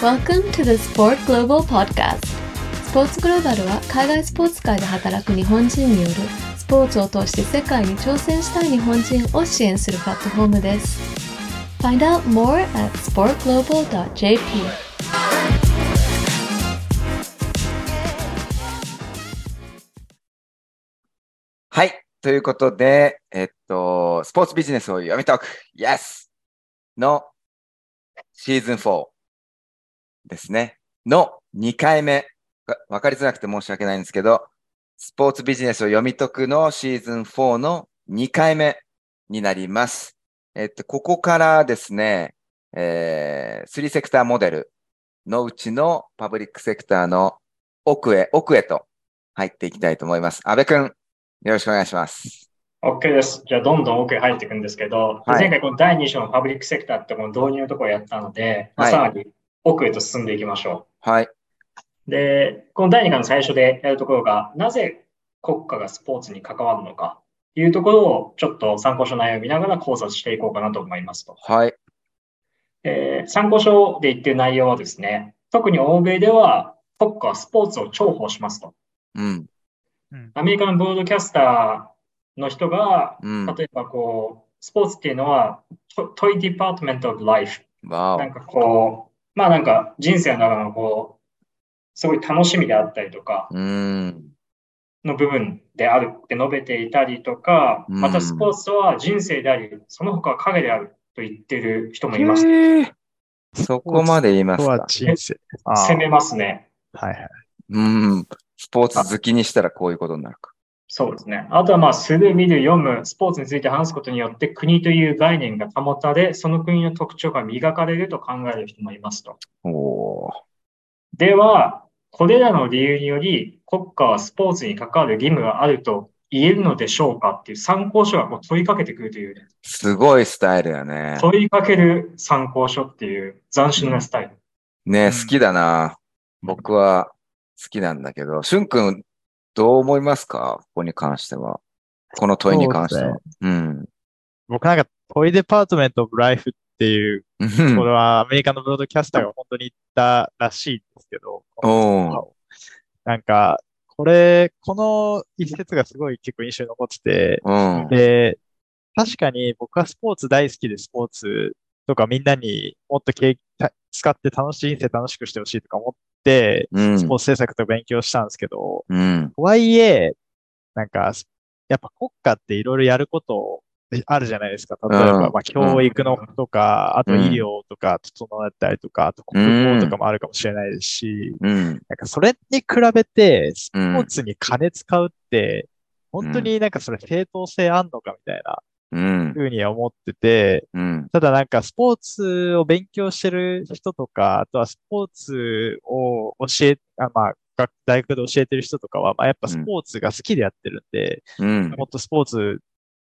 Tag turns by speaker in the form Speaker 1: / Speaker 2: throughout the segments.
Speaker 1: Welcome to the Sport Global Podcast スポーツグローバルは海外スポーツ界で働く日本人によるスポーツを通して世界に挑戦したい日本人を支援するプラットフォームです Find out more at sportglobal.jp
Speaker 2: はい。ということで、えっと、スポーツビジネスをやめておく、Yes! のシーズン4ですね。の2回目。わわかりづらくて申し訳ないんですけど、スポーツビジネスを読み解くのシーズン4の2回目になります。えっと、ここからですね、えー、3セクターモデルのうちのパブリックセクターの奥へ、奥へと入っていきたいと思います。安部くん、よろしくお願いします。
Speaker 3: OK です。じゃあ、どんどん奥へ入っていくんですけど、
Speaker 2: はい
Speaker 3: 前回この第2章のパブリックセクターってこの導入のところをやったので、まあ
Speaker 2: はい
Speaker 3: さらに奥へと進んでいきましょ
Speaker 2: はい。
Speaker 3: う。で、この第2巻の最初でやるところが、なぜ国家がスポーツに関わるのかというところをちょっと参考書内容を見ながら考察していこうかなと思いますと。
Speaker 2: はい。
Speaker 3: えー参考書で言ってる内容はですね、特に欧米では国家はスポーツを重宝しますと。
Speaker 2: うん。
Speaker 3: アメリカのブロードキャスターの人が、
Speaker 2: うん。
Speaker 3: 例えばこう、スポーツっていうのは、トトイディパートメントオブライフ。
Speaker 2: わ
Speaker 3: なんかこう、まあなんか人生の中のこう、すごい楽しみであったりとか
Speaker 2: お。うん。
Speaker 3: の部分であるって述べていたりとか、
Speaker 2: うん
Speaker 3: またスポーツとは人生であり、その他は影であると言ってる人もいます。
Speaker 2: へーそこまで言います
Speaker 4: とは
Speaker 2: か。
Speaker 4: 人生。ああ
Speaker 3: 攻めますね。
Speaker 4: はいはい。
Speaker 2: うん。スポーツ好きにしたらこういうことになるか。
Speaker 3: そうですね。あとはまあ、する、見る、読む、スポーツについて話すことによって国という概念が保たれ、その国の特徴が磨かれると考える人もいますと。
Speaker 2: おー
Speaker 3: では、これらの理由により、国家はスポーツに関わる義務があると言えるのでしょうかっていう参考書がこう問いかけてくるという、
Speaker 2: すごいスタイルやね。
Speaker 3: 問いかける参考書っていう斬新なスタイル。
Speaker 2: ね、
Speaker 4: うん
Speaker 2: 好きだな。僕は好きなんだけど、しゅんくん、どう思いますかここに関しては。この問いに関しては。うん。
Speaker 4: 僕なんか、トイデパートメント・オブ・ライフっていう、
Speaker 2: うん
Speaker 4: これはアメリカのブロードキャスターが本当に言ったらしいんですけど、
Speaker 2: おー
Speaker 4: なんか、これ、この一節がすごい結構印象に残ってて、
Speaker 2: うん。
Speaker 4: で、確かに僕はスポーツ大好きでスポーツとかみんなにもっと経た使って楽しい人生楽しくしてほしいとか思って、
Speaker 2: うん
Speaker 4: スポーツ政策とか勉強したんですけど、
Speaker 2: うん。
Speaker 4: とはいえ、なんか、やっぱ国家っていろいろやることあるじゃないですか。例えば、
Speaker 2: うん
Speaker 4: まあ、教育のとか、あと
Speaker 2: うん
Speaker 4: 医療とか、整えたりとか、あと国語とかもあるかもしれないですし、
Speaker 2: うん。
Speaker 4: なんかそれに比べて、スポーツに金使うって、本当になんかそれ正当性あんのかみたいな
Speaker 2: うん。
Speaker 4: 風には思ってて、
Speaker 2: うん。
Speaker 4: ただなんかスポーツを勉強してる人とか、あとはスポーツを教え、あまあ、学大学で教えてる人とかは、まあ、やっぱスポーツが好きでやってるんで、
Speaker 2: うん。
Speaker 4: もっとスポーツ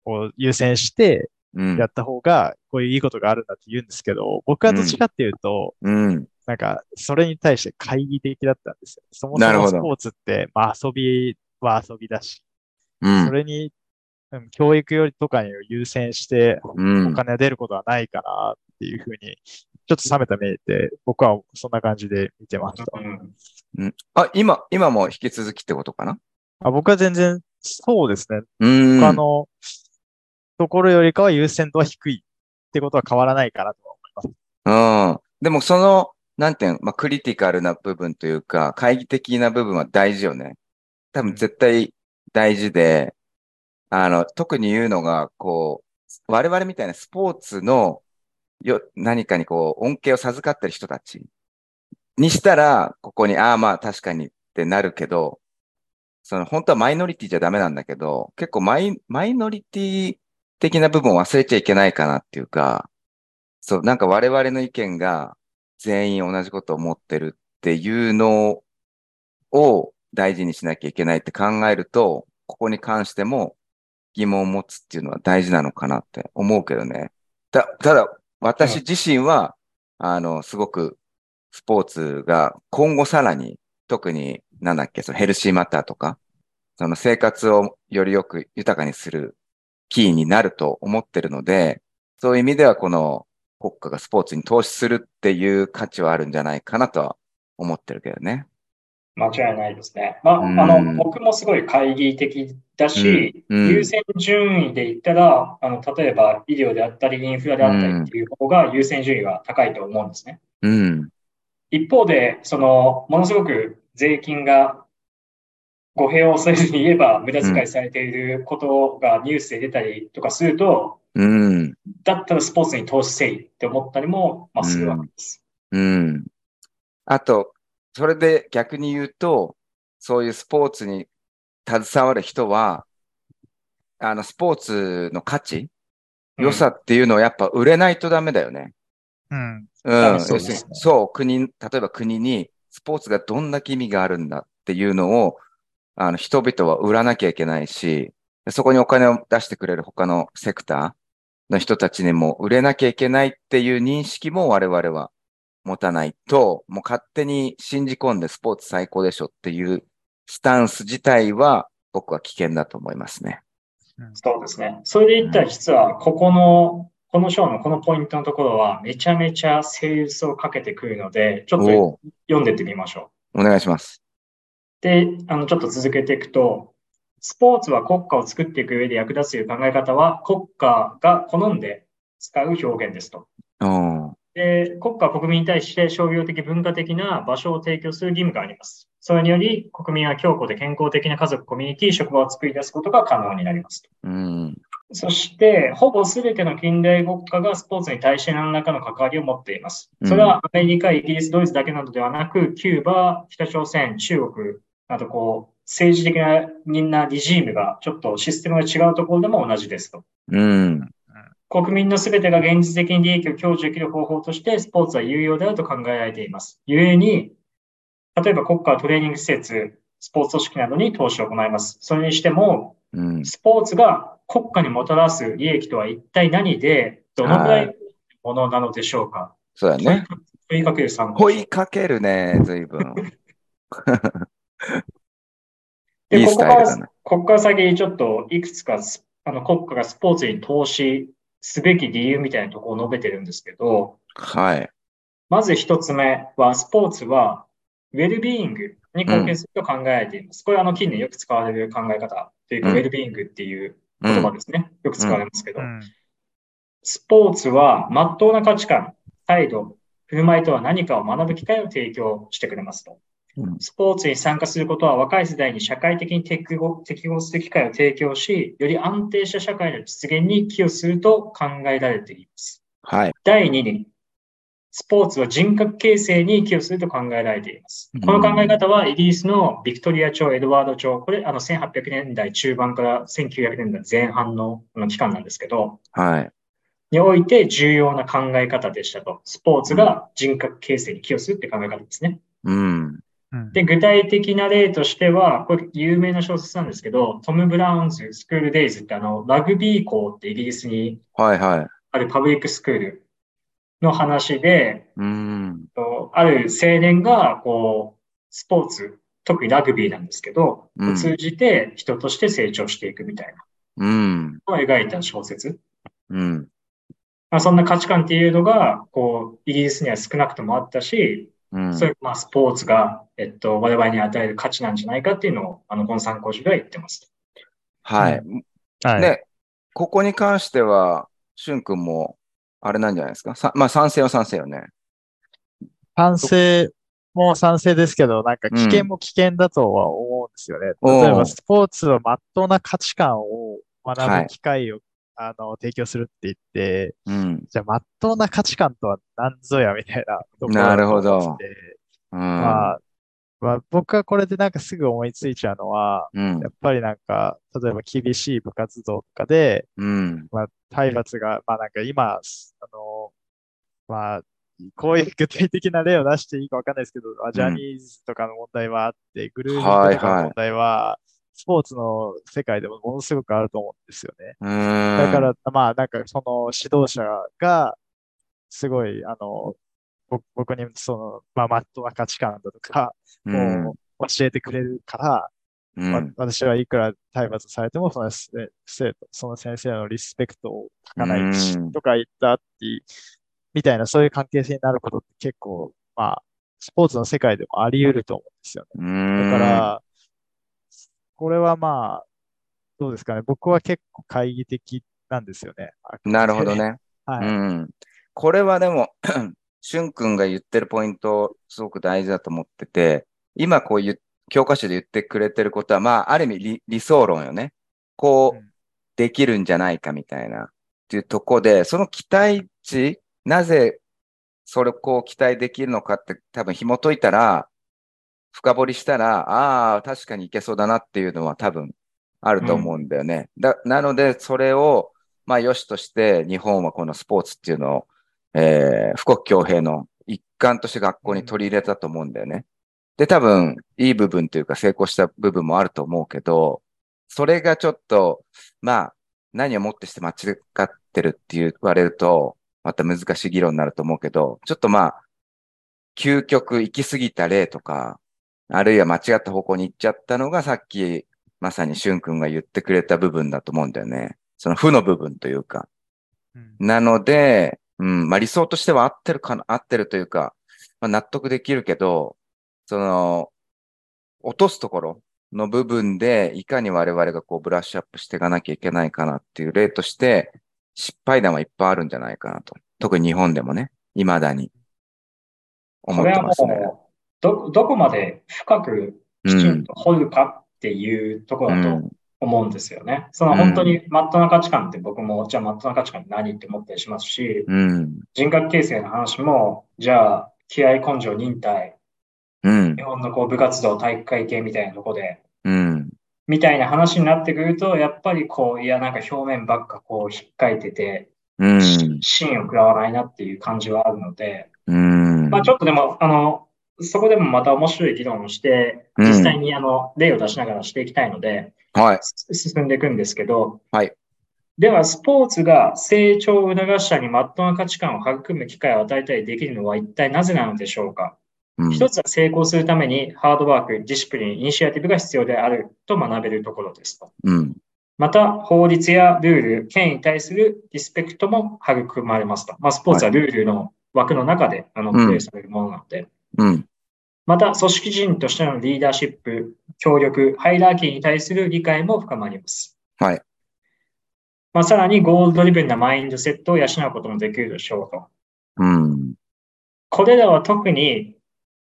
Speaker 4: を優先して
Speaker 2: うん
Speaker 4: やった方が、こういういいことがあるんだって言うんですけど、僕はどっちかっていうと、
Speaker 2: うん。
Speaker 4: なんか、それに対して懐疑的だったんですよ。そも
Speaker 2: な
Speaker 4: そ
Speaker 2: るほ
Speaker 4: も
Speaker 2: ど
Speaker 4: スポーツって、まあ遊びは遊びだし、
Speaker 2: うん
Speaker 4: それに、うん教育よりとかに優先して、
Speaker 2: うん
Speaker 4: お金が出ることはないかなっていうふうに、ちょっと冷めた目で、僕はそんな感じで見てました。
Speaker 3: うん
Speaker 2: うんあ、今、今も引き続きってことかな
Speaker 4: あ僕は全然、そうですね。
Speaker 2: うーん。
Speaker 4: 他のところよりかは優先度は低いってことは変わらないかなとは思い
Speaker 2: う
Speaker 4: ます。
Speaker 2: ん。でもその、なんていうの、まあ、クリティカルな部分というか、懐疑的な部分は大事よね。多分絶対大事で、あの、特に言うのが、こう、我々みたいなスポーツのよ何かにこう、恩恵を授かってる人たちにしたら、ここに、ああまあ確かにってなるけど、その本当はマイノリティじゃダメなんだけど、結構マイ、マイノリティ的な部分を忘れちゃいけないかなっていうか、そう、なんか我々の意見が全員同じことを思ってるっていうのを大事にしなきゃいけないって考えると、ここに関しても疑問を持つっていうのは大事なのかなって思うけどね。た、ただ、私自身は、あの、すごくスポーツが今後さらに、特になんだっけ、そのヘルシーマターとか、その生活をよりよく豊かにするキーになると思ってるので、そういう意味ではこの国家がスポーツに投資するっていう価値はあるんじゃないかなとは思ってるけどね。
Speaker 3: 間違いないですね。まあ、
Speaker 2: うん
Speaker 3: あの、僕もすごい懐疑的だし、
Speaker 2: うんうん
Speaker 3: 優先順位で言ったら、あの、例えば医療であったり、インフラであったりっていう方が優先順位は高いと思うんですね。
Speaker 2: うん。
Speaker 3: 一方で、その、ものすごく税金が語弊をせずに言えば無駄遣いされていることがニュースで出たりとかすると、
Speaker 2: うん。
Speaker 3: だったらスポーツに投資せいって思ったりも、まあ、するわけです。
Speaker 2: うん。あと、それで逆に言うと、そういうスポーツに携わる人は、あの、スポーツの価値、良さっていうのはやっぱ売れないとダメだよね。
Speaker 4: うん。
Speaker 2: う
Speaker 3: あ
Speaker 2: ん、
Speaker 3: そう
Speaker 2: 要
Speaker 3: ですす
Speaker 2: る
Speaker 3: ね
Speaker 2: にそう、国、例えば国にスポーツがどんだけ意味があるんだっていうのを、あの、人々は売らなきゃいけないし、そこにお金を出してくれる他のセクターの人たちにも売れなきゃいけないっていう認識も我々は持たないと、もう勝手に信じ込んでスポーツ最高でしょっていうスタンス自体は僕は危険だと思いますね。
Speaker 3: そうですね。それで言ったら実は、ここの、この章のこのポイントのところは、めちゃめちゃセールスをかけてくるので、ちょっ
Speaker 2: お
Speaker 3: と
Speaker 2: お
Speaker 3: 読んでってみましょ
Speaker 2: お願いします。
Speaker 3: う。で、あの、ちょっと続けていくと、スポーツは国家を作っていく上で役立つという考え方は、国家が好んで使う表現ですと。
Speaker 2: うん。
Speaker 3: で、国家は国民に対して商業的、文化的な場所を提供する義務があります。それにより、国民は強固で健康的な家族、コミュニティ、職場を作り出すことが可能になりますと。
Speaker 2: うん。
Speaker 3: そして、ほぼすべての近代国家がスポーツに対して何らかの関わりを持っています。それはアメリカ、イギリス、ドイツだけなどではなく、キューバ、北朝鮮、中国など、こう、政治的なみんなリジームがちょっとシステムが違うところでも同じですと。
Speaker 2: うん。
Speaker 3: 国民のすべてが現実的に利益を享受できる方法として、スポーツは有用であると考えられています。故に、例えば国家はトレーニング施設、スポーツ組織などに投資を行います。それにしても、
Speaker 2: うん。
Speaker 3: スポーツが国家にもたらす利益とは一体何で、どのくらいのものなのでしょうか。
Speaker 2: そうだね。
Speaker 3: 問いかける参考
Speaker 2: 追いかけるね、随分。い
Speaker 3: で、
Speaker 2: い
Speaker 3: こ
Speaker 2: ス
Speaker 3: こか
Speaker 2: タイルだ
Speaker 3: ら
Speaker 2: ね。、
Speaker 3: ここから先、ちょっといくつかスあの国家がスポーツに投資すべき理由みたいなところを述べてるんですけど、
Speaker 2: はい。
Speaker 3: まず一つ目は、スポーツはウェルビーイングに貢献すると考えられています。これ、あの、近年よく使われる考え方というか、
Speaker 2: うん
Speaker 3: ウェルビーイングっていう
Speaker 2: う
Speaker 3: 言葉
Speaker 2: ん。
Speaker 3: ですね。よく使われますけど
Speaker 4: う、ん。
Speaker 3: スポーツは、真っ当な価値観、態度、振る舞いとは何かを学ぶ機会を提供してくれますと
Speaker 2: うん。
Speaker 3: スポーツに参加することは若い世代に社会的に適合適合する機会を提供し、より安定した社会の実現に寄与すると考えられています。
Speaker 2: はい。
Speaker 3: 第2に、スポーツは人格形成に寄与すると考えられています
Speaker 2: うん。
Speaker 3: この考え方はイギリスのビクトリア朝、エドワード朝、これあの1800年代中盤から1900年代前半のあの期間なんですけど、
Speaker 2: はい。
Speaker 3: において重要な考え方でしたと。スポーツが人格形成に寄与するって考え方ですね。
Speaker 2: うん。
Speaker 4: うん
Speaker 3: で、具体的な例としては、これ有名な小説なんですけど、トム・ブラウンズ・スクール・デイズってあの、ラグビー校ってイギリスに
Speaker 2: はいはい。
Speaker 3: あるパブリックスクールの話で、
Speaker 2: うん。
Speaker 3: とある青年が、こう、スポーツ、特にラグビーなんですけど、
Speaker 2: うん
Speaker 3: を通じて人として成長していくみたい
Speaker 2: うん。
Speaker 3: なのを描いた小説。
Speaker 2: うん。
Speaker 3: まあ、そんな価値観っていうのが、こう、イギリスには少なくともあったし、
Speaker 2: うん。
Speaker 3: そういう、まあ、スポーツが、えっと、我々に与える価値なんじゃないかっていうのを、あの、この参考書が言ってます。
Speaker 2: はい。
Speaker 4: はい。
Speaker 2: で、ここに関しては、しゅんくんも、あれなんじゃないですか。さまあ、賛成は賛成よね。
Speaker 4: 賛成も賛成ですけど、なんか危険も危険だとは思うんですよね。
Speaker 2: うん
Speaker 4: 例え
Speaker 2: お
Speaker 4: ば
Speaker 2: う
Speaker 4: スポーツは真っ当な価値観を
Speaker 2: は
Speaker 4: 学
Speaker 2: い
Speaker 4: ぶ機会を、あの提供するって言って、
Speaker 2: うん。
Speaker 4: じゃあ真っ当な価値観とは何ぞやみたいなところ
Speaker 2: な
Speaker 4: だ
Speaker 2: る
Speaker 4: と
Speaker 2: ほど
Speaker 4: 思って
Speaker 2: うん。
Speaker 4: まあ、まあ、僕はこれでなんかすぐ思いついちゃうのは、
Speaker 2: うん
Speaker 4: や。っぱりなんか、例えば厳しい部活動とかで、
Speaker 2: うん。
Speaker 4: まあ、体罰が、まあなんか今、すあの、まあ、こういう具体的な例を出していいかわかんないですけど、まあジャニーズとかの問題はあって、グルーミングとかの問題は、スポーツの世界でもものすごくあると思うんですよね。
Speaker 2: うん。
Speaker 4: だか、ら、まあなんかその指導者が、すごい、あの、ぼ僕にその、まあ、まっとうな価値観だとか
Speaker 2: うん。
Speaker 4: を教えてくれるから、
Speaker 2: うん
Speaker 4: わ私はいくら体罰されてもそのせ生徒、その先生のリスペクトを書かないし
Speaker 2: うん
Speaker 4: とか言ったってみたいな、そういう関係性になることって結構、まあ、スポーツの世界でもあり得ると思うんですよね。
Speaker 2: う
Speaker 4: だ
Speaker 2: ー
Speaker 4: か
Speaker 2: ん。
Speaker 4: ら、これはまあ、どうですかね。僕は結構懐疑的なんですよね。あ
Speaker 2: なるほど。ね。
Speaker 4: は
Speaker 2: う
Speaker 4: い。
Speaker 2: ん。これはでも、 しゅんくんが言ってるポイント、すごく大事だと思ってて、今こういう、教科書で言ってくれてることは、まあ、ある意味理理想論よね。こ
Speaker 4: う、
Speaker 2: うんできるんじゃないかみたいな、っていうとこで、その期待値、なぜ、それをこう期待できるのかって、多分紐解いたら、深掘りしたら、ああ、確かにいけそうだなっていうのは多分あると思うんだよね。だなので、それを、まあ、良しとして、日本はこのスポーツっていうのを、えー、富国強兵の一環として学校に取り入れたと思うんだよね。で、多分、いい部分というか、成功した部分もあると思うけど、それがちょっと、まあ、何をもってして間違ってるって言われると、また難しい議論になると思うけど、ちょっとまあ、究極行き過ぎた例とか、あるいは間違った方向に行っちゃったのが、さっき、まさにしゅんくんが言ってくれた部分だと思うんだよね。その負の部分というか。
Speaker 4: うん
Speaker 2: なので、うん、まあ理想としては合ってるかな、合ってるというか、まあ納得できるけど、その、落とすところの部分で、いかに我々がこうブラッシュアップしていかなきゃいけないかなっていう例として、失敗談はいっぱいあるんじゃないかなと。特に日本でもね、未だに思
Speaker 3: こ
Speaker 2: っ
Speaker 3: れ
Speaker 2: て
Speaker 3: はも
Speaker 2: ますね。
Speaker 3: う、ど、どこまで深く
Speaker 2: う
Speaker 3: きちん
Speaker 2: ん。
Speaker 3: と掘るかっていうとこ
Speaker 2: う
Speaker 3: ろだと
Speaker 2: ん。
Speaker 3: 思うんですよね。その本当に真っ当な価値観って僕も、じゃあ真っ当な価値観って何って思ったりしますし、
Speaker 2: うん。
Speaker 3: 人格形成の話も、じゃあ気合根性忍耐、
Speaker 2: うん
Speaker 3: 日。本のこう部活動体育会系みたいなとこで、
Speaker 2: うん。
Speaker 3: みたいな話になってくると、やっぱりこう、いや、なんか表面ばっかこう、引っかいてて、
Speaker 2: うん。
Speaker 3: 芯を食らわないなっていう感じはあるので、
Speaker 2: うん。
Speaker 3: まあちょっとでも、あの、そこでもまた面白い議論をして、
Speaker 2: うん
Speaker 3: 実際にあの、例を出しながらしていきたいので、
Speaker 2: はい。
Speaker 3: す進んでいくんですけど、
Speaker 2: はい。
Speaker 3: では、スポーツが成長を促したり、まっとうな価値観を育む機会を与えたりできるのは一体なぜなのでしょうか
Speaker 2: うん
Speaker 3: 一つは成功するためにハードワーク、ディシプリン、イニシアティブが必要であると学べるところですと。
Speaker 2: うん。
Speaker 3: また、法律やルール、権威に対するリスペクトも育まれますと。まあ、スポーツはルールの枠の中で、あの、
Speaker 2: うん
Speaker 3: プレイされるものなので。
Speaker 2: うん。
Speaker 3: また、組織人としてのリーダーシップ、協力、ハイラーキーに対する理解も深まります。
Speaker 2: はい。
Speaker 3: まあ、さらに、ゴールドリブンなマインドセットを養うこともできるでしょうと。
Speaker 2: うん。
Speaker 3: これらは特に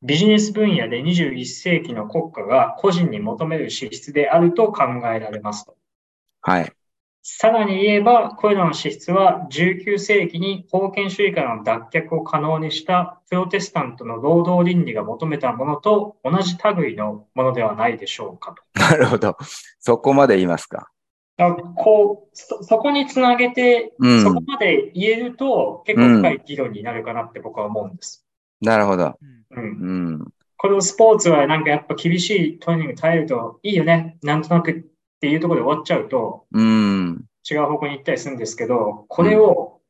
Speaker 3: ビジネス分野で21世紀の国家が個人に求める資質であると考えられますと。
Speaker 2: はい。
Speaker 3: さらに言えば、これらの資質は19世紀に封建主義からの脱却を可能にしたプロテスタントの労働倫理が求めたものと同じ類のものではないでしょうかと。
Speaker 2: なるほど。そこまで言いますか。
Speaker 3: だからこうそ、そこにつなげて、
Speaker 2: うん
Speaker 3: そこまで言えると結構深い議論になるかなって僕は思うんです。
Speaker 2: なるほど。
Speaker 3: う
Speaker 2: う
Speaker 3: ん
Speaker 2: ん。
Speaker 3: これをスポーツはなんかやっぱ厳しいトレーニング耐えるといいよね、なんとなくっていうところで終わっちゃうと
Speaker 2: うん。
Speaker 3: 違う方向に行ったりするんですけど、これを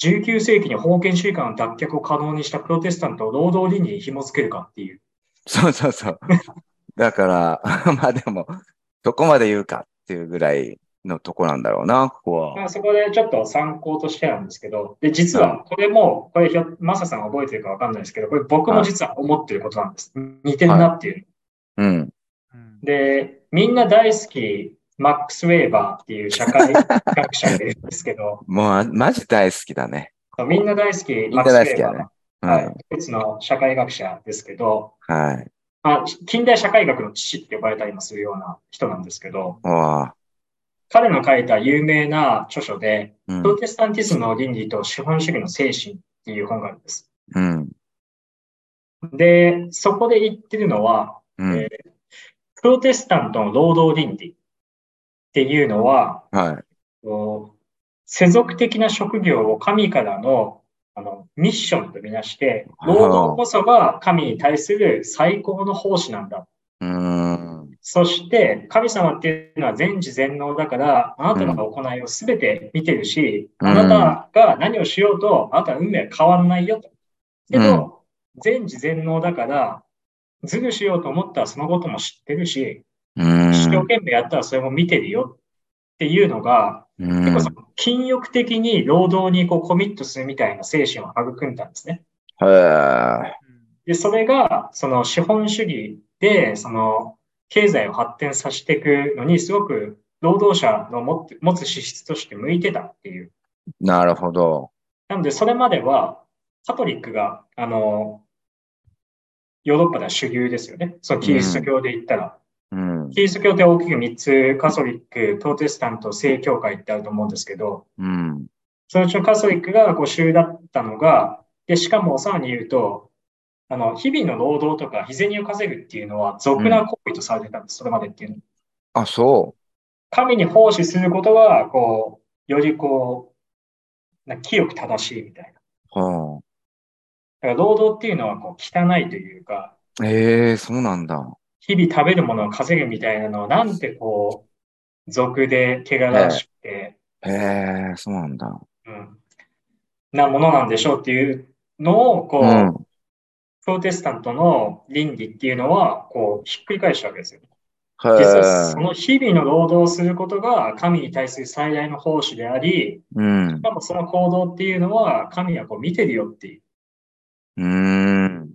Speaker 3: 19世紀に封建主義からの脱却を可能にしたプロテスタントを労働倫理に紐付けるかっていう。
Speaker 2: そうそう そう。だから、 まあでも、どこまで言うかっていうぐらいのとこなんだろうな、ここ
Speaker 3: ま
Speaker 2: は。
Speaker 3: あ、そこでちょっと参考としてなんですけど、で、実はこれも、これひょ、マサさん覚えてるかわかんないですけど、これ僕も実は思ってることなんです。似てるなっていう。
Speaker 2: うん。
Speaker 4: うん
Speaker 3: で、みんな大好き、マックス・ウェーバーっていう 社会学者がいるんですけど、
Speaker 2: もう、マジ大好きだね。
Speaker 3: みんな大好き、
Speaker 2: みんな大好きだね。うん。
Speaker 3: はい。ドイツの社会学者ですけど、
Speaker 2: はい。
Speaker 3: まあ、近代社会学の父って呼ばれたりもするような人なんですけど、
Speaker 2: わあ。
Speaker 3: 彼の書いた有名な著書で、
Speaker 2: う
Speaker 3: プロ
Speaker 2: ん。
Speaker 3: テスタンティズムの倫理と資本主義の精神っていう本があるんです。
Speaker 2: うん。
Speaker 3: で、そこで言ってるのは、
Speaker 2: うん。
Speaker 3: えープロテスタントの労働倫理っていうのは、
Speaker 2: はい。
Speaker 3: こう世俗的な職業を神からのあのミッションとみなして、
Speaker 2: あー
Speaker 3: 労働こそが神に対する最高の奉仕なんだ。
Speaker 2: うーん。
Speaker 3: そして、神様っていうのは全知全能だから、あなたの行いをすべて見てるし、
Speaker 2: うん
Speaker 3: あなたが何をしようと、あなたの運命は変わんないよと。けど、全知全能だから、ずるしようと思ったらそのことも知ってるし、
Speaker 2: うーん
Speaker 3: 一生懸命やったらそれも見てるよっていうのが、
Speaker 2: うん
Speaker 3: 結構その禁欲的に労働にこうコミットするみたいな精神を育んだんですね。
Speaker 2: へ
Speaker 3: で、それが、その資本主義で、その経済を発展させていくのに、すごく労働者の持って持つ資質として向いてたっていう。
Speaker 2: えなるほど。
Speaker 3: なので、それまでは、カトリックが、あの、ヨーロッパでは主流ですよね。そのキリスト教で言ったら。
Speaker 2: うん。
Speaker 3: キリスト教って大きく3つ、カソリック、プロテスタント、正教会ってあると思うんですけど、
Speaker 2: うん。
Speaker 3: そのうちのカソリックが5週だったのが、で、しかもさらに言うと、あの、日々の労働とか日銭を稼ぐっていうのは俗な行為とされてたんです、それまでっていうのは。
Speaker 2: あ、そ
Speaker 3: 神に奉仕することは、こう、よりこう、な清く正しいみたいな。
Speaker 2: う。は
Speaker 3: だから労働っていうのはこう汚いというか、
Speaker 2: あ、ええそうなんだ。
Speaker 3: 日々食べるものを稼ぐみたいなのは、なんてこう、俗で汚らしくて、
Speaker 2: へえそうなんだ。
Speaker 3: うん、なものなんでしょうっていうのを、こう、
Speaker 2: うん。
Speaker 3: プロテスタントの倫理っていうのは、こう、ひっくり返したわけですよ。
Speaker 2: へ
Speaker 3: 実は、
Speaker 2: え
Speaker 3: その日々の労働をすることが神に対する最大の奉仕であり、
Speaker 2: うん。
Speaker 3: し
Speaker 2: う
Speaker 3: かもその行動っていうのは、神はこう見てるよっていう。
Speaker 2: ーん。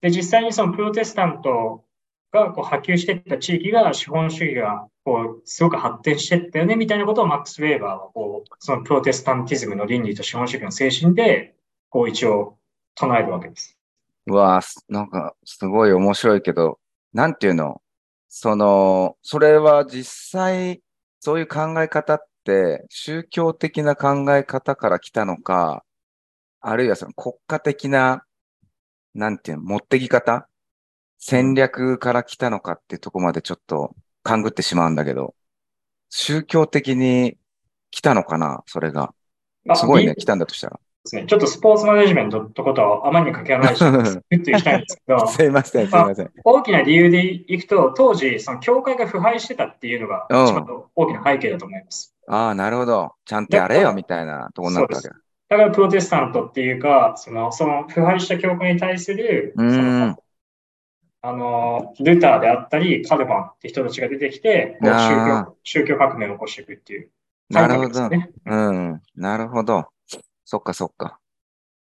Speaker 3: で、実際にそのプロテスタントがこう波及していった地域が資本主義がこうすごく発展していったよねみたいなことをマックス・ウェーバーはこうそのプロテスタンティズムの倫理と資本主義の精神でこう一応唱えるわけです。
Speaker 2: うわあ、すなんか、すごい面白いけど、なんていうのその、それは実際、そういう考え方って、宗教的な考え方から来たのか、あるいはその国家的な、なんていうの、持ってき方戦略から来たのかってとこまでちょっと勘ぐってしまうんだけど、宗教的に来たのかなそれが。
Speaker 3: あ
Speaker 2: すごいね、
Speaker 3: で
Speaker 2: 来たんだとしたら。
Speaker 3: すね。ちょっとスポーツマネジメントってことはあまりに関係ないし、ぐっといきたいんですけど、
Speaker 2: すいません、すいません。
Speaker 3: 大きな理由でいくと、当時、その教会が腐敗してたっていうのが、
Speaker 2: うん
Speaker 3: 一番の大きな背景だと思います。
Speaker 2: ああ、なるほど。ちゃんとやれよ、みたいなとこになったわけだ。
Speaker 3: だからプロテスタントっていうか、その、その腐敗した教会に対する、
Speaker 2: う
Speaker 3: そ
Speaker 2: ー
Speaker 3: の
Speaker 2: ん。
Speaker 3: あの、ルターであったり、カルバンって人たちが出てきて、こう宗
Speaker 2: あ
Speaker 3: 教宗教革命を起こしていくっていう。
Speaker 2: なるほど
Speaker 3: 背景。ですね
Speaker 2: うん。なるほど。そっかそっか。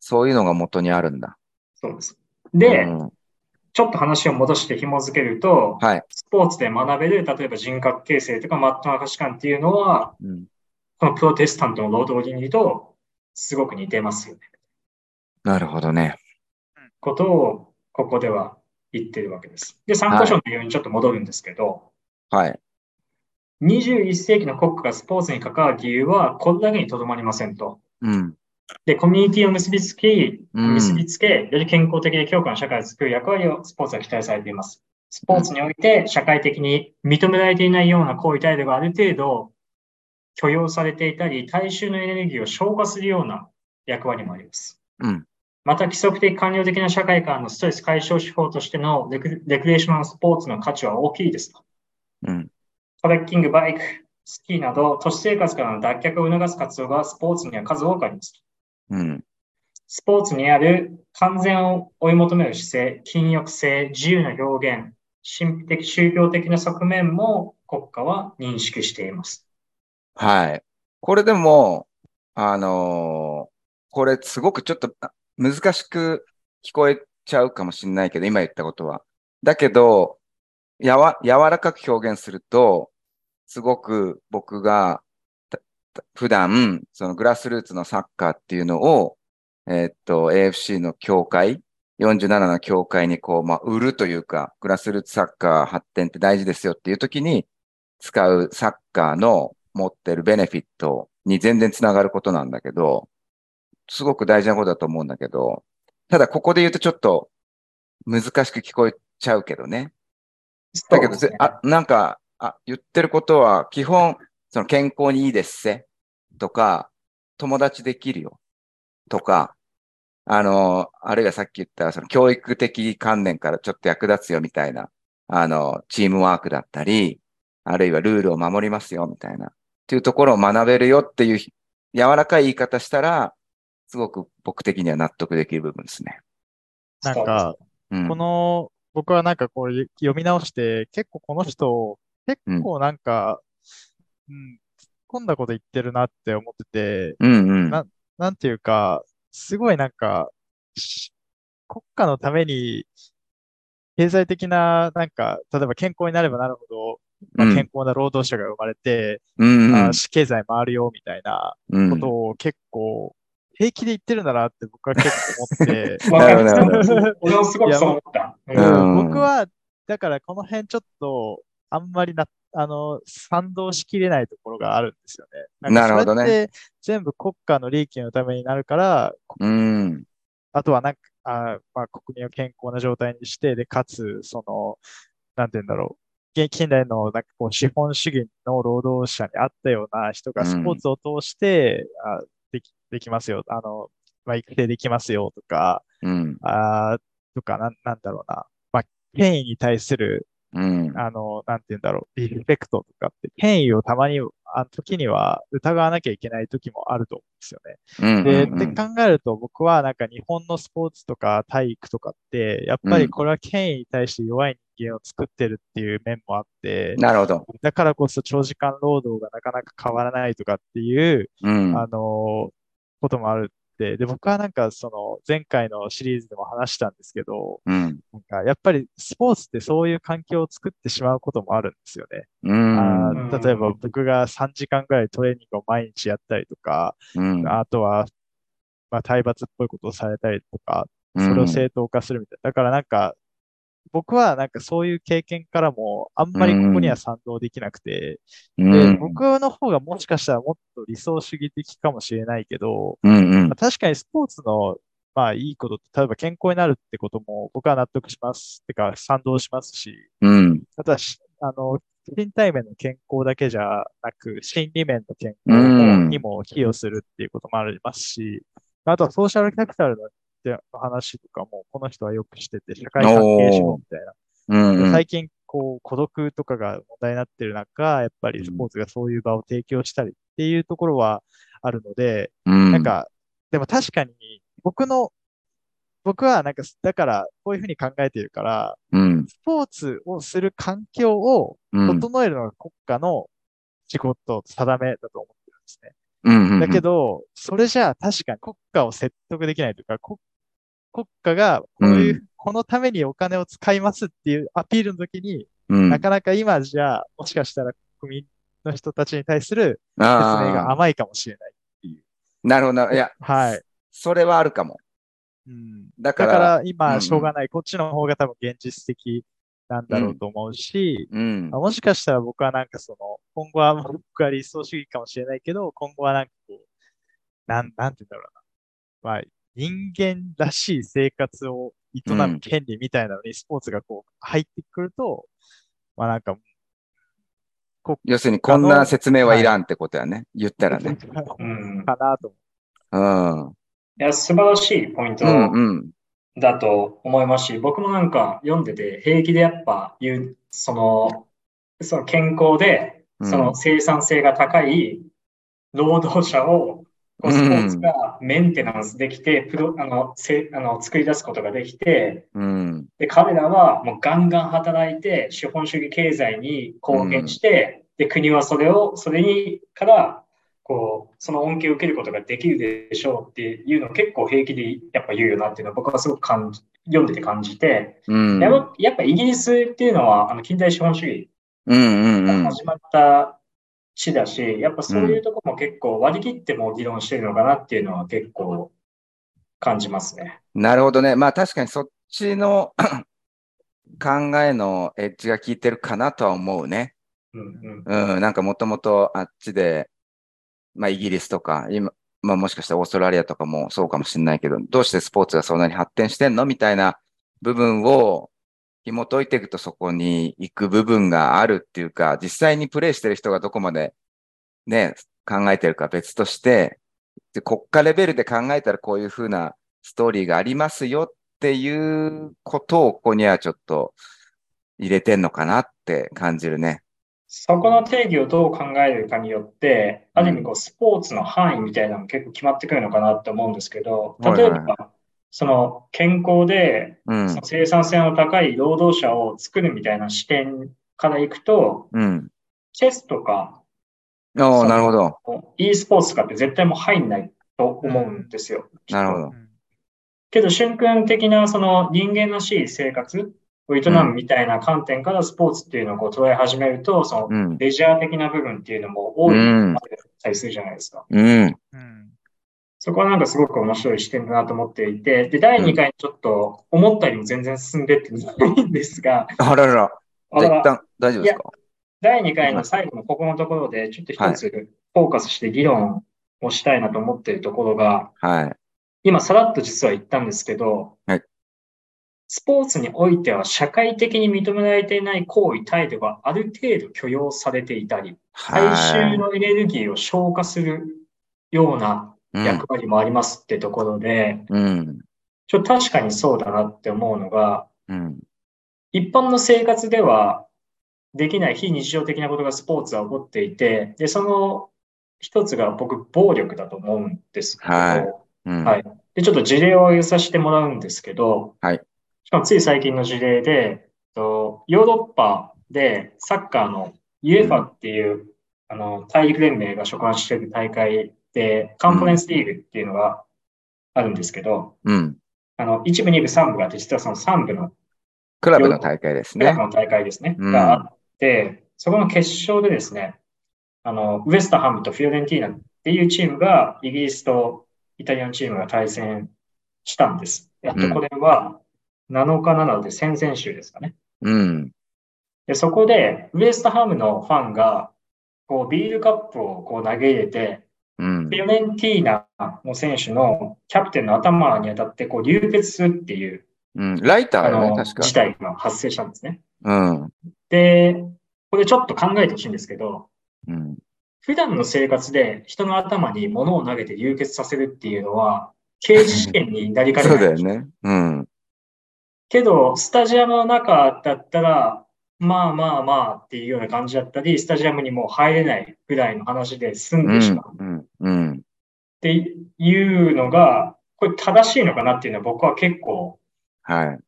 Speaker 2: そういうのが元にあるんだ。
Speaker 3: そうです。で、
Speaker 2: うん
Speaker 3: ちょっと話を戻して紐付けると、
Speaker 2: はい。
Speaker 3: スポーツで学べる、例えば人格形成とか、マットな価値観っていうのは、
Speaker 2: うん、
Speaker 3: このプロテスタントの労働倫理とすごく似てますよね。
Speaker 2: なるほどね。
Speaker 3: ことを、ここでは言ってるわけです。で、参考書の内容にちょっと戻るんですけど、
Speaker 2: はい。
Speaker 3: 21世紀の国家がスポーツに関わる理由は、これだけにとどまりませんと。
Speaker 2: うん。
Speaker 3: で、コミュニティを結びつき、
Speaker 2: うん
Speaker 3: 結びつけ、より健康的で強固な社会を作る役割をスポーツは期待されています。スポーツにおいて社会的に認められていないような行為態度がある程度許容されていたり、大衆のエネルギーを消化するような役割もあります。
Speaker 2: うん。
Speaker 3: また、規則的官僚的な社会からのストレス解消手法としてのレクレクリエーショナルスポーツの価値は大きいですと。
Speaker 2: うん。
Speaker 3: トレッキング、バイク、スキーなど、都市生活からの脱却を促す活動がスポーツには数多くあります。
Speaker 2: うん。
Speaker 3: スポーツにある完全を追い求める姿勢、禁欲性、自由な表現、神秘的、宗教的な側面も国家は認識しています。
Speaker 2: はい。これでも、あのーこれすごくちょっとあ難しく聞こえちゃうかもしれないけど、今言ったことは。だけど、やわ、柔らかく表現すると、すごく僕がたた普段、そのグラスルーツのサッカーっていうのを、えーっと、AFC の協会、47の協会にこう、まあ、売るというか、グラスルーツサッカー発展って大事ですよっていう時に使うサッカーの持ってるベネフィットに全然つながることなんだけど、すごく大事なことだと思うんだけど、ただここで言うとちょっと難しく聞こえちゃうけどね。だけど、
Speaker 3: そうですね
Speaker 2: あ、なんか、あ、言ってることは、基本、その健康にいいですせ、とか、友達できるよ、とか、あの、あるいはさっき言った、その教育的観念からちょっと役立つよ、みたいな、あの、チームワークだったり、あるいはルールを守りますよ、みたいな、っていうところを学べるよっていう、柔らかい言い方したら、すごく僕的には納得できる部分ですね。
Speaker 4: なん
Speaker 3: そうです
Speaker 4: か、
Speaker 2: うん。
Speaker 4: この、僕はなんかこうゆ読み直して、結構この人、結構なんか、うん、込んだこと言ってるなって思ってて、
Speaker 2: うんうん。
Speaker 4: ななんていうか、すごいなんか、し国家のために、経済的な、なんか、例えば健康になればなるほど、まあ
Speaker 2: うん
Speaker 4: 健康な労働者が生まれて、
Speaker 2: うんうん
Speaker 4: あし経済回るよ、みたいな
Speaker 2: うん
Speaker 4: ことを結構、平気で言ってるんだなって僕は結構思って、
Speaker 3: わかる
Speaker 2: なるほどなる
Speaker 4: ほど
Speaker 3: 俺もすごくそう思った。
Speaker 2: や
Speaker 3: う ん
Speaker 2: うん
Speaker 4: 僕は、だからこの辺ちょっと、あんまりな、あの、賛同しきれないところがあるんですよね。んか
Speaker 2: なるほどね
Speaker 4: それって全部国家の利益のためになるから、こ
Speaker 2: うん。
Speaker 4: あとはなんか、あまあ、国民を健康な状態にして、で、かつ、その、なんて言うんだろう。現近代のなんかこう資本主義の労働者に合ったような人が
Speaker 2: うん
Speaker 4: スポーツを通して、あできできますよ。あの、まあ、育成できますよとか、
Speaker 2: うん。
Speaker 4: あーとか、なん、なんだろうな。まあ、権威に対する、
Speaker 2: うん。
Speaker 4: あの、なんて言うんだろう、リスペクトとかって、権威をたまに、あの時には疑わなきゃいけない時もあると思うんです
Speaker 2: う
Speaker 4: よね。
Speaker 2: ん
Speaker 4: で、っ
Speaker 2: うん
Speaker 4: て考えると僕はなんか日本のスポーツとか体育とかって、やっぱりこれは権威に対して弱い人間を作ってるっていう面もあって、
Speaker 2: なるほど。
Speaker 4: だからこそ長時間労働がなかなか変わらないとかっていう、
Speaker 2: うん。
Speaker 4: あの、こともあるって、で、僕はなんかその前回のシリーズでも話したんですけど、
Speaker 2: うん。
Speaker 4: なんかやっぱりスポーツってそういう環境を作ってしまうこともあるんですよね。
Speaker 2: うん。
Speaker 4: あ
Speaker 3: うん
Speaker 4: ー例えば僕が3時間ぐらいトレーニングを毎日やったりとか、
Speaker 2: うん。
Speaker 4: あとは、まあ、体罰っぽいことをされたりとか、
Speaker 2: うん
Speaker 4: それを正当化するみたいな。だからなんか、僕はなんかそういう経験からもあんまりここには賛同できなくて、
Speaker 2: うん
Speaker 4: で、僕の方がもしかしたらもっと理想主義的かもしれないけど、
Speaker 2: うんうん
Speaker 4: まあ。確かにスポーツの、まあ、いいことって、例えば健康になるってことも僕は納得します。てか、賛同しますし、
Speaker 2: うん。
Speaker 4: ただし、あの、身体面の健康だけじゃなく、心理面の健
Speaker 2: う
Speaker 4: 康
Speaker 2: ん
Speaker 4: にも寄与するっていうこともありますし、あとはソーシャルキャピタルの話とかも、この人はよくしてて、社会関係者みたいな。
Speaker 2: うんうん。
Speaker 4: 最近、こう、孤独とかが問題になってる中、やっぱりスポーツがそういう場を提供したりっていうところはあるので、
Speaker 2: な
Speaker 4: なん、か、でも確かに、僕の、僕はなんか、だから、こういうふうに考えているから、
Speaker 2: うん。
Speaker 4: スポーツをする環境を
Speaker 2: うん。
Speaker 4: 整えるのが国家の仕事、定めだと思ってるんですね。
Speaker 2: うん。
Speaker 4: だけど、それじゃあ確かに国家を説得できないというか、こ国家がこういう、
Speaker 2: う
Speaker 4: このためにお金を使いますっていうアピールの時に、
Speaker 2: うん、
Speaker 4: なかなか今じゃあ、もしかしたら国民の人たちに対する説
Speaker 2: あー
Speaker 4: 明が甘いかもしれない。
Speaker 2: なるほどな。いや、
Speaker 4: はい。
Speaker 2: それはあるかも。
Speaker 4: うん
Speaker 2: だか
Speaker 4: だ
Speaker 2: ら、
Speaker 4: から
Speaker 2: うんう
Speaker 4: 今、
Speaker 2: ん
Speaker 4: しょうがない。こっちの方が多分現実的なんだろうと思うし、
Speaker 2: うん
Speaker 4: あ。もしかしたら僕はなんかその、今後は僕は理想主義かもしれないけど、今後はなんかこう、なん、なんて言うんだろうな。まあ、人間らしい生活を営む権利みたいなのにスポーツがこう入ってくると、まあなんか、
Speaker 2: 要するに、こんな説明はいらんってことやね。言ったらね。
Speaker 3: うん
Speaker 4: かなと思
Speaker 2: うん。うん
Speaker 3: いや、素晴らしいポイント
Speaker 2: うん。
Speaker 3: だと思いますし、僕もなんか読んでて、平気でやっぱ言う、その、その健康で、
Speaker 2: うん
Speaker 3: その生産性が高い労働者を、こうスポーツがメンテナンスできて、プロ、あの、せ、あの、作り出すことができて、
Speaker 2: うん。
Speaker 3: で、彼らはもうガンガン働いて、資本主義経済に貢献して、で、国はそれを、それに、から、こう、その恩恵を受けることができるでしょうっていうのを結構平気でやっぱ言うよなっていうのは僕はすごく感じ、読んでて感じて、
Speaker 2: うん。
Speaker 3: やっぱやっぱイギリスっていうのは、あの、近代資本主義
Speaker 2: うんうんうん。
Speaker 3: 始まった地だし、やっぱそういうとこも結構割り切ってもう議論してるのかなっていうのは結構感じますね。
Speaker 2: なるほどね。まあ確かにそっちの 考えのエッジが効いてるかなとは思うね。
Speaker 3: うんうん。
Speaker 2: うん。なんかもともとあっちで、まあイギリスとか、今、まあもしかしたらオーストラリアとかもそうかもしれないけど、どうしてスポーツがそんなに発展してんのみたいな部分を紐解いていくとそこに行く部分があるっていうか、実際にプレイしてる人がどこまでね、考えてるか別として、で国家レベルで考えたらこういうふうなストーリーがありますよっていうことをここにはちょっと入れてんのかなって感じるね。
Speaker 3: そこの定義をどう考えるかによって、
Speaker 2: う
Speaker 3: あ
Speaker 2: ん
Speaker 3: る意味こうスポーツの範囲みたいなのも結構決まってくるのかなって思うんですけど、
Speaker 2: はいはい
Speaker 3: 例えば、その健康で
Speaker 2: うん
Speaker 3: その。生産性の高い労働者を作るみたいな視点からいくと、
Speaker 2: うん。
Speaker 3: チェスとか
Speaker 2: ああ、なるほど。
Speaker 3: もう e スポーツとかって絶対もう入んないと思うんですよ。
Speaker 2: なるほど。
Speaker 3: けど、俊君的なその人間らしい生活を営むみたいな観点からスポーツっていうのをこう捉え始めると、そうの
Speaker 2: ん。
Speaker 3: レジャー的な部分っていうのも多い
Speaker 2: うん
Speaker 3: 対するじゃないですか。
Speaker 2: うん。
Speaker 4: うん。
Speaker 3: そこはなんかすごく面白い視点だなと思っていて、で、第2回にちょっと思ったよりも全然進んでってないんですが、
Speaker 2: あららら。じゃあ一旦大丈夫ですか
Speaker 3: 第2回の最後のここのところで、ちょっと一つフォーカスして議論をしたいなと思っているところが、
Speaker 2: はい。
Speaker 3: 今さらっと実は言ったんですけど、
Speaker 2: はい
Speaker 3: スポーツにおいては社会的に認められていない行為、態度がある程度許容されていたり、大衆
Speaker 2: は。
Speaker 3: のエネルギーを消化するよう
Speaker 2: う
Speaker 3: ない
Speaker 2: ん
Speaker 3: 役割もありますってところで、
Speaker 2: うん。
Speaker 3: ちょっと確かにそうだなって思うのが、
Speaker 2: うん。
Speaker 3: 一般の生活ではできない非日常的なことがスポーツは起こっていて、で、その一つが僕、暴力だと思うんですけど、
Speaker 2: はいうん。
Speaker 3: はいで、ちょっと事例を挙げさせてもらうんですけど、
Speaker 2: はい
Speaker 3: しかもつい最近の事例で、えっとヨーロッパでサッカーの UEFA っていう、あの大陸連盟が所管している大会で、カンファレンスリーグっていうのがあるんですけど、
Speaker 2: うん。
Speaker 3: あの1部、2部、3部があって、実はその3部の
Speaker 2: クラブの大会です
Speaker 3: クラ
Speaker 2: ね
Speaker 3: ブ。の大会ですね、
Speaker 2: うん
Speaker 3: があって、そこの決勝でですね、あのウエストハムとフィオレンティーナっていうチームが、イギリスとイタリアのチームが対戦したんです。やっとこれは7日なので先々週ですかね。
Speaker 2: うん。
Speaker 3: でそこで、ウエストハムのファンが、こうビールカップをこう投げ入れて、
Speaker 2: うん
Speaker 3: フ。ィオレンティーナの選手のキャプテンの頭に当たってこう流血するっていう、
Speaker 2: うん。ライター
Speaker 3: あ
Speaker 2: よね、
Speaker 3: の
Speaker 2: 確か
Speaker 3: 事。態が発生したんですね。
Speaker 2: うん。
Speaker 3: で、これちょっと考えてほしいんですけど、
Speaker 2: うん。
Speaker 3: 普段の生活で人の頭に物を投げて流血させるっていうのは、刑事試験になりかね
Speaker 2: そ
Speaker 3: な
Speaker 2: う
Speaker 3: い。
Speaker 2: だよね。うん。
Speaker 3: けど、スタジアムの中だったら、まあまあまあっていうような感じだったり、スタジアムにもう入れないぐらいの話で済ん
Speaker 2: う
Speaker 3: でしま
Speaker 2: ん
Speaker 3: うっ。
Speaker 2: うん。うん。
Speaker 3: ていうのが、これ正しいのかなっていうのは僕は結構、
Speaker 2: はい。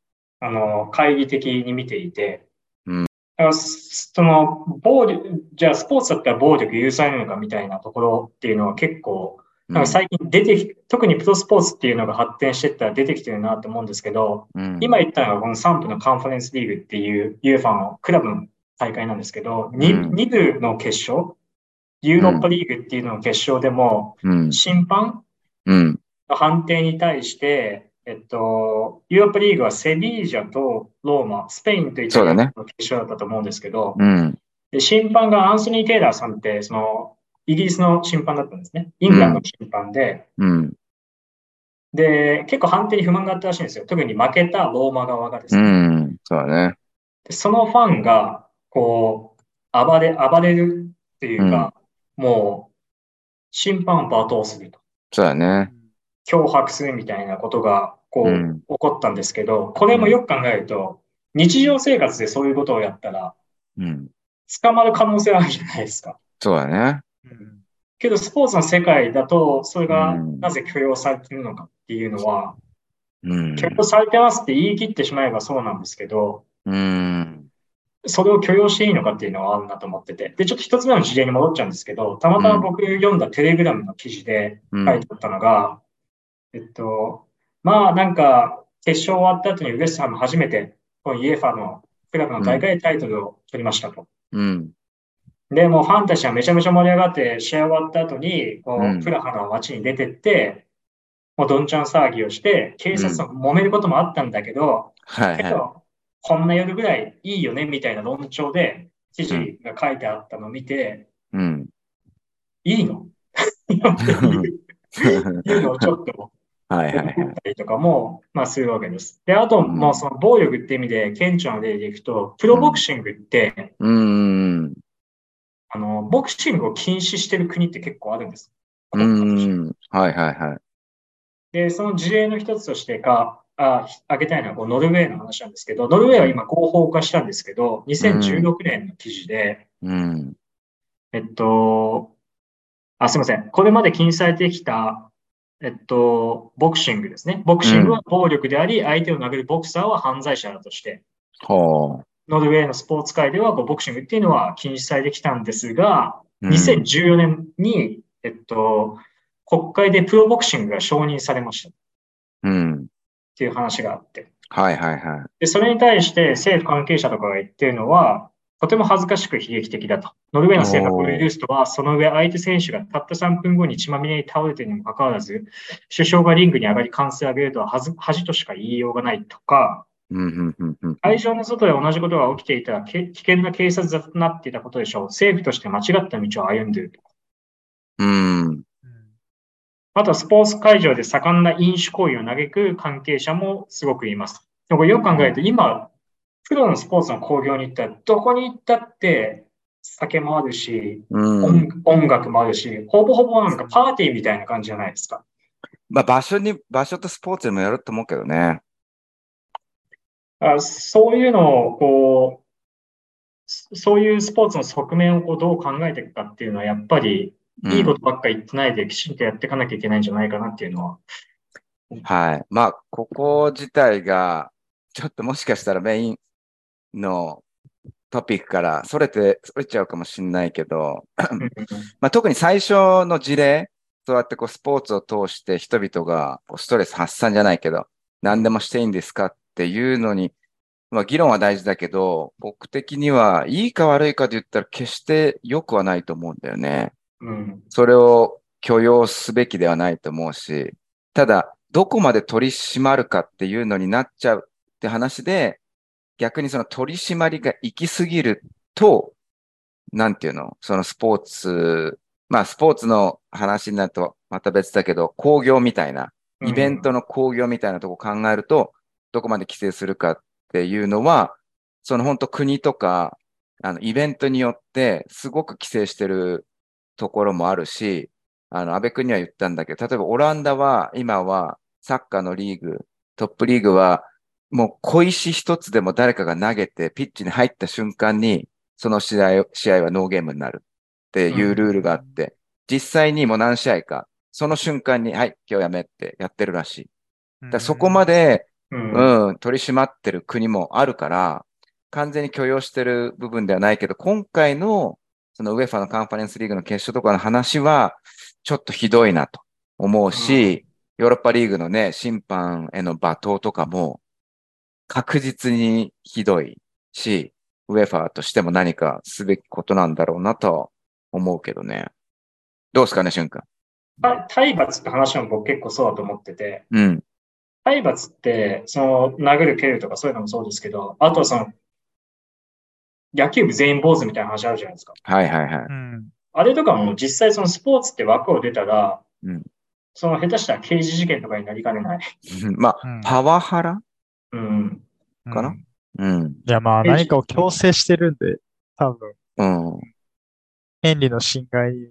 Speaker 3: あの、懐疑的に見ていて、
Speaker 2: うん
Speaker 3: だからすその、暴力、じゃあスポーツだったら暴力許されるのかみたいなところっていうのは結構、
Speaker 2: うん
Speaker 3: なんか最近出てき、特にプロスポーツっていうのが発展してったら出てきてるなと思うんですけど、
Speaker 2: うん
Speaker 3: 今言ったのがこの3部のカンファレンスリーグっていう UFA のクラブの大会なんですけど、
Speaker 2: うん
Speaker 3: 2, 部の決勝、ユーロッパリーグっていうのの決勝でも、
Speaker 2: うん。
Speaker 3: 審判
Speaker 2: うん。
Speaker 3: の判定に対して、えっと、ユーロッパリーグはセビージャとローマ、スペインとイタリアの決勝だったと思うんですけど、
Speaker 2: うん。
Speaker 3: で審判がアンソニー・テイラーさんって、その、イギリスの審判だったんですね。イングランドの審判で、
Speaker 2: うん。
Speaker 3: で、結構判定に不満があったらしいんですよ。特に負けたローマ側がです
Speaker 2: う
Speaker 3: ね。
Speaker 2: ん。そうだね。
Speaker 3: でそのファンが、こう、暴れ、暴れるっていうか、もう、審判を罵倒すると。
Speaker 2: そうだね。
Speaker 3: 脅迫するみたいなことが、こう、
Speaker 2: うん
Speaker 3: 起こったんですけど、これもよく考えると、日常生活でそういうことをやったら、
Speaker 2: うん。
Speaker 3: 捕まる可能性はあるじゃないですか。
Speaker 2: そうだね。
Speaker 4: うん
Speaker 3: けど、スポーツの世界だと、それが
Speaker 2: うん
Speaker 3: なぜ許容されているのかっていうのは、
Speaker 2: うん。
Speaker 3: 許容されてますって言い切ってしまえばそうなんですけど、
Speaker 2: うん。
Speaker 3: それを許容していいのかっていうのはあるなと思ってて。で、ちょっと一つ目の事例に戻っちゃうんですけど、たまたま僕読んだテレグラムの記事で
Speaker 2: うん。
Speaker 3: 書いてあったのが、えっと、まあなんか、決勝終わった後にウエストハム初めて、この UEFA のクラブの大会でタイトルを取りましたと。
Speaker 2: うん。
Speaker 3: で、もうファンたちはめちゃめちゃ盛り上がって、試合終わった後に、こ
Speaker 2: うん
Speaker 3: う、プラハの街に出てって、もうどんちゃん騒ぎをして、警察と揉めることもあったんだけど、
Speaker 2: はい
Speaker 3: け
Speaker 2: はい。
Speaker 3: ど、こんな夜ぐらいいいよねみたいな論調で記事が書いてあったのを見て、
Speaker 2: うん。
Speaker 3: い いの っていうのをちょっと
Speaker 2: はいはい
Speaker 3: 思
Speaker 2: は
Speaker 3: っ
Speaker 2: い。
Speaker 3: たりとかも、まあ、するわけです。で、あと、
Speaker 2: うん
Speaker 3: もうその暴力って意味で、顕著な例でいくと、プロボクシングって、
Speaker 2: うん。
Speaker 3: あの、ボクシングを禁止してる国って結構あるんです。
Speaker 2: うん。はいはいはい。
Speaker 3: で、その事例の一つとしてか、あ、挙げたいのはこうノルウェーの話なんですけど、ノルウェーは今合法化したんですけど、2016年の記事で、
Speaker 2: うん。
Speaker 3: えっと、あ、すいません。これまで禁止されてきた、えっと、ボクシングですね。ボクシングは暴力であり、相手を殴るボクサーは犯罪者だとして、
Speaker 2: ほ
Speaker 3: ノルウェーのスポーツ界ではこうボクシングっていうのは禁止されてきたんですが、
Speaker 2: うん
Speaker 3: 2014年に、えっと、国会でプロボクシングが承認されましたっ
Speaker 2: うん。
Speaker 3: ていう話があって。
Speaker 2: はいはいは
Speaker 3: で、それに対して政府関係者とかが言ってるのは、とても恥ずかしく悲劇的だと。ノルウェーの政府はブルーストは、その上相手選手がたった3分後に血まみれに倒れているにもかかわらず、首相がリングに上がり歓声を上げるとは恥ず恥としか言いようがないとか、
Speaker 2: い。うん、うん、うん、うん。
Speaker 3: 会場の外で同じことが起きていたらけ危険な警察だとなっていたことでしょう。政府として間違った道を歩んでいるとか。
Speaker 2: うん。
Speaker 3: あとはスポーツ会場で盛んな飲酒行為を嘆く関係者もすごくいます。でもこれよく考えると、今、プロのスポーツの興行に行ったら、どこに行ったって酒もあるし、
Speaker 2: うん。
Speaker 3: 音音楽もあるし、ほぼほぼなんかパーティーみたいな感じじゃないですか。
Speaker 2: まあ場所に、場所とスポーツにもやると思うけどね。
Speaker 3: だからそういうのを、こう、そそういうスポーツの側面をこうどう考えていくかっていうのは、やっぱり、いいことばっかり言ってないで、きちんとやっていかなきゃいけないんじゃないかなっていうのは。
Speaker 2: はい。まあ、ここ自体が、ちょっともしかしたらメインのトピックからそれて、それちゃうかもしれないけど、まあ、特に最初の事例、そうやってこうスポーツを通して人々がこうストレス発散じゃないけど、何でもしていいんですかっていうのに、まあ、議論は大事だけど、僕的には、いいか悪いかで言ったら決して良くはないと思うんだよね。
Speaker 3: うん、
Speaker 2: それを許容すべきではないと思うし、ただ、どこまで取り締まるかっていうのになっちゃうって話で、逆にその取り締まりが行き過ぎると、なんていうのそのスポーツ、まあスポーツの話になるとまた別だけど、工業みたいな、イベントの興行みたいなとこ考えると、どこまで規制するかっていうのは、その本当国とか、あの、イベントによってすごく規制してるところもあるし、あの、安倍君には言ったんだけど、例えばオランダは今はサッカーのリーグ、トップリーグはもう小石一つでも誰かが投げてピッチに入った瞬間に、その試合、試合はノーゲームになるっていうルールがあって、実際にもう何試合か、その瞬間に、はい、今日やめってやってるらしい。だからそこまで、
Speaker 3: うん
Speaker 2: うん、取り締まってる国もあるから、完全に許容してる部分ではないけど、今回の、その UEFA のカンファレンスリーグの決勝とかの話は、ちょっとひどいなと思うし、ヨーロッパリーグのね、審判への罵倒とかも、確実にひどいし、UEFA としても何かすべきことなんだろうなとは思うけどね。どうですかね、俊君。
Speaker 3: た体罰って話も僕結構そうだと思ってて、
Speaker 2: うん。
Speaker 3: 体罰って、その、殴る、蹴るとかそういうのもそうですけど、あとはその、野球部全員坊主みたいな話あるじゃないですか。
Speaker 2: はいはいはい。
Speaker 4: うん。
Speaker 3: あれとかも実際そのスポーツって枠を出たら、
Speaker 2: うん
Speaker 3: その下手したら刑事事件とかになりかねない。
Speaker 2: まあ、
Speaker 4: うん
Speaker 2: パワハラ
Speaker 3: うん。
Speaker 2: かなうん。
Speaker 4: いや、まあ
Speaker 3: ページ
Speaker 4: 何かを強制してるんで、多分、
Speaker 2: うん。うん
Speaker 4: 権利の侵害に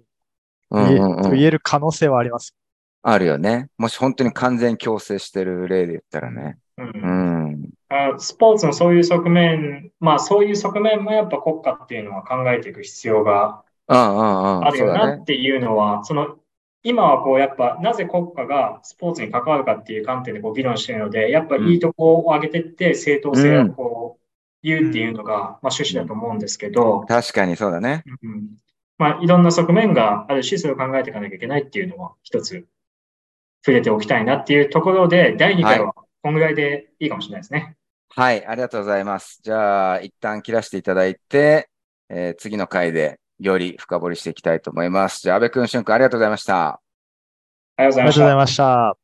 Speaker 2: うんうん
Speaker 4: と言える可能性はあります。
Speaker 2: あるよね。もし本当に完全強制してる例で言ったらね。
Speaker 3: うん
Speaker 2: うん。
Speaker 3: あスポーツのそういう側面、まあそういう側面もやっぱ国家っていうのは考えていく必要が
Speaker 2: うんうんうん。
Speaker 3: ある
Speaker 2: そう
Speaker 3: よ
Speaker 2: だ
Speaker 3: な
Speaker 2: ね。
Speaker 3: っていうのは、その、今はこう、やっぱ、なぜ国家がスポーツに関わるかっていう観点でこう議論してるので、やっぱいいとこを上げてって、正当性をこう、言うっていうのが、まあ、趣旨だと思うんですけど、
Speaker 2: 確かにそうだね。
Speaker 3: うんまあ、いろんな側面があるし、それを考えていかなきゃいけないっていうのは、一つ、触れておきたいなっていうところで、第2回は、こんぐらいでいいかもしれないですね。
Speaker 2: はい、ありがとうございます。じゃあ、一旦切らせていただいて、えー次の回でより深掘りしていきたいと思います。じゃあ、安部君、俊君、ありがとうございました。
Speaker 3: ありがとうござ
Speaker 4: あ
Speaker 3: い
Speaker 4: り
Speaker 3: ま
Speaker 4: が
Speaker 3: し
Speaker 4: とうご
Speaker 3: た
Speaker 4: ざい。ました。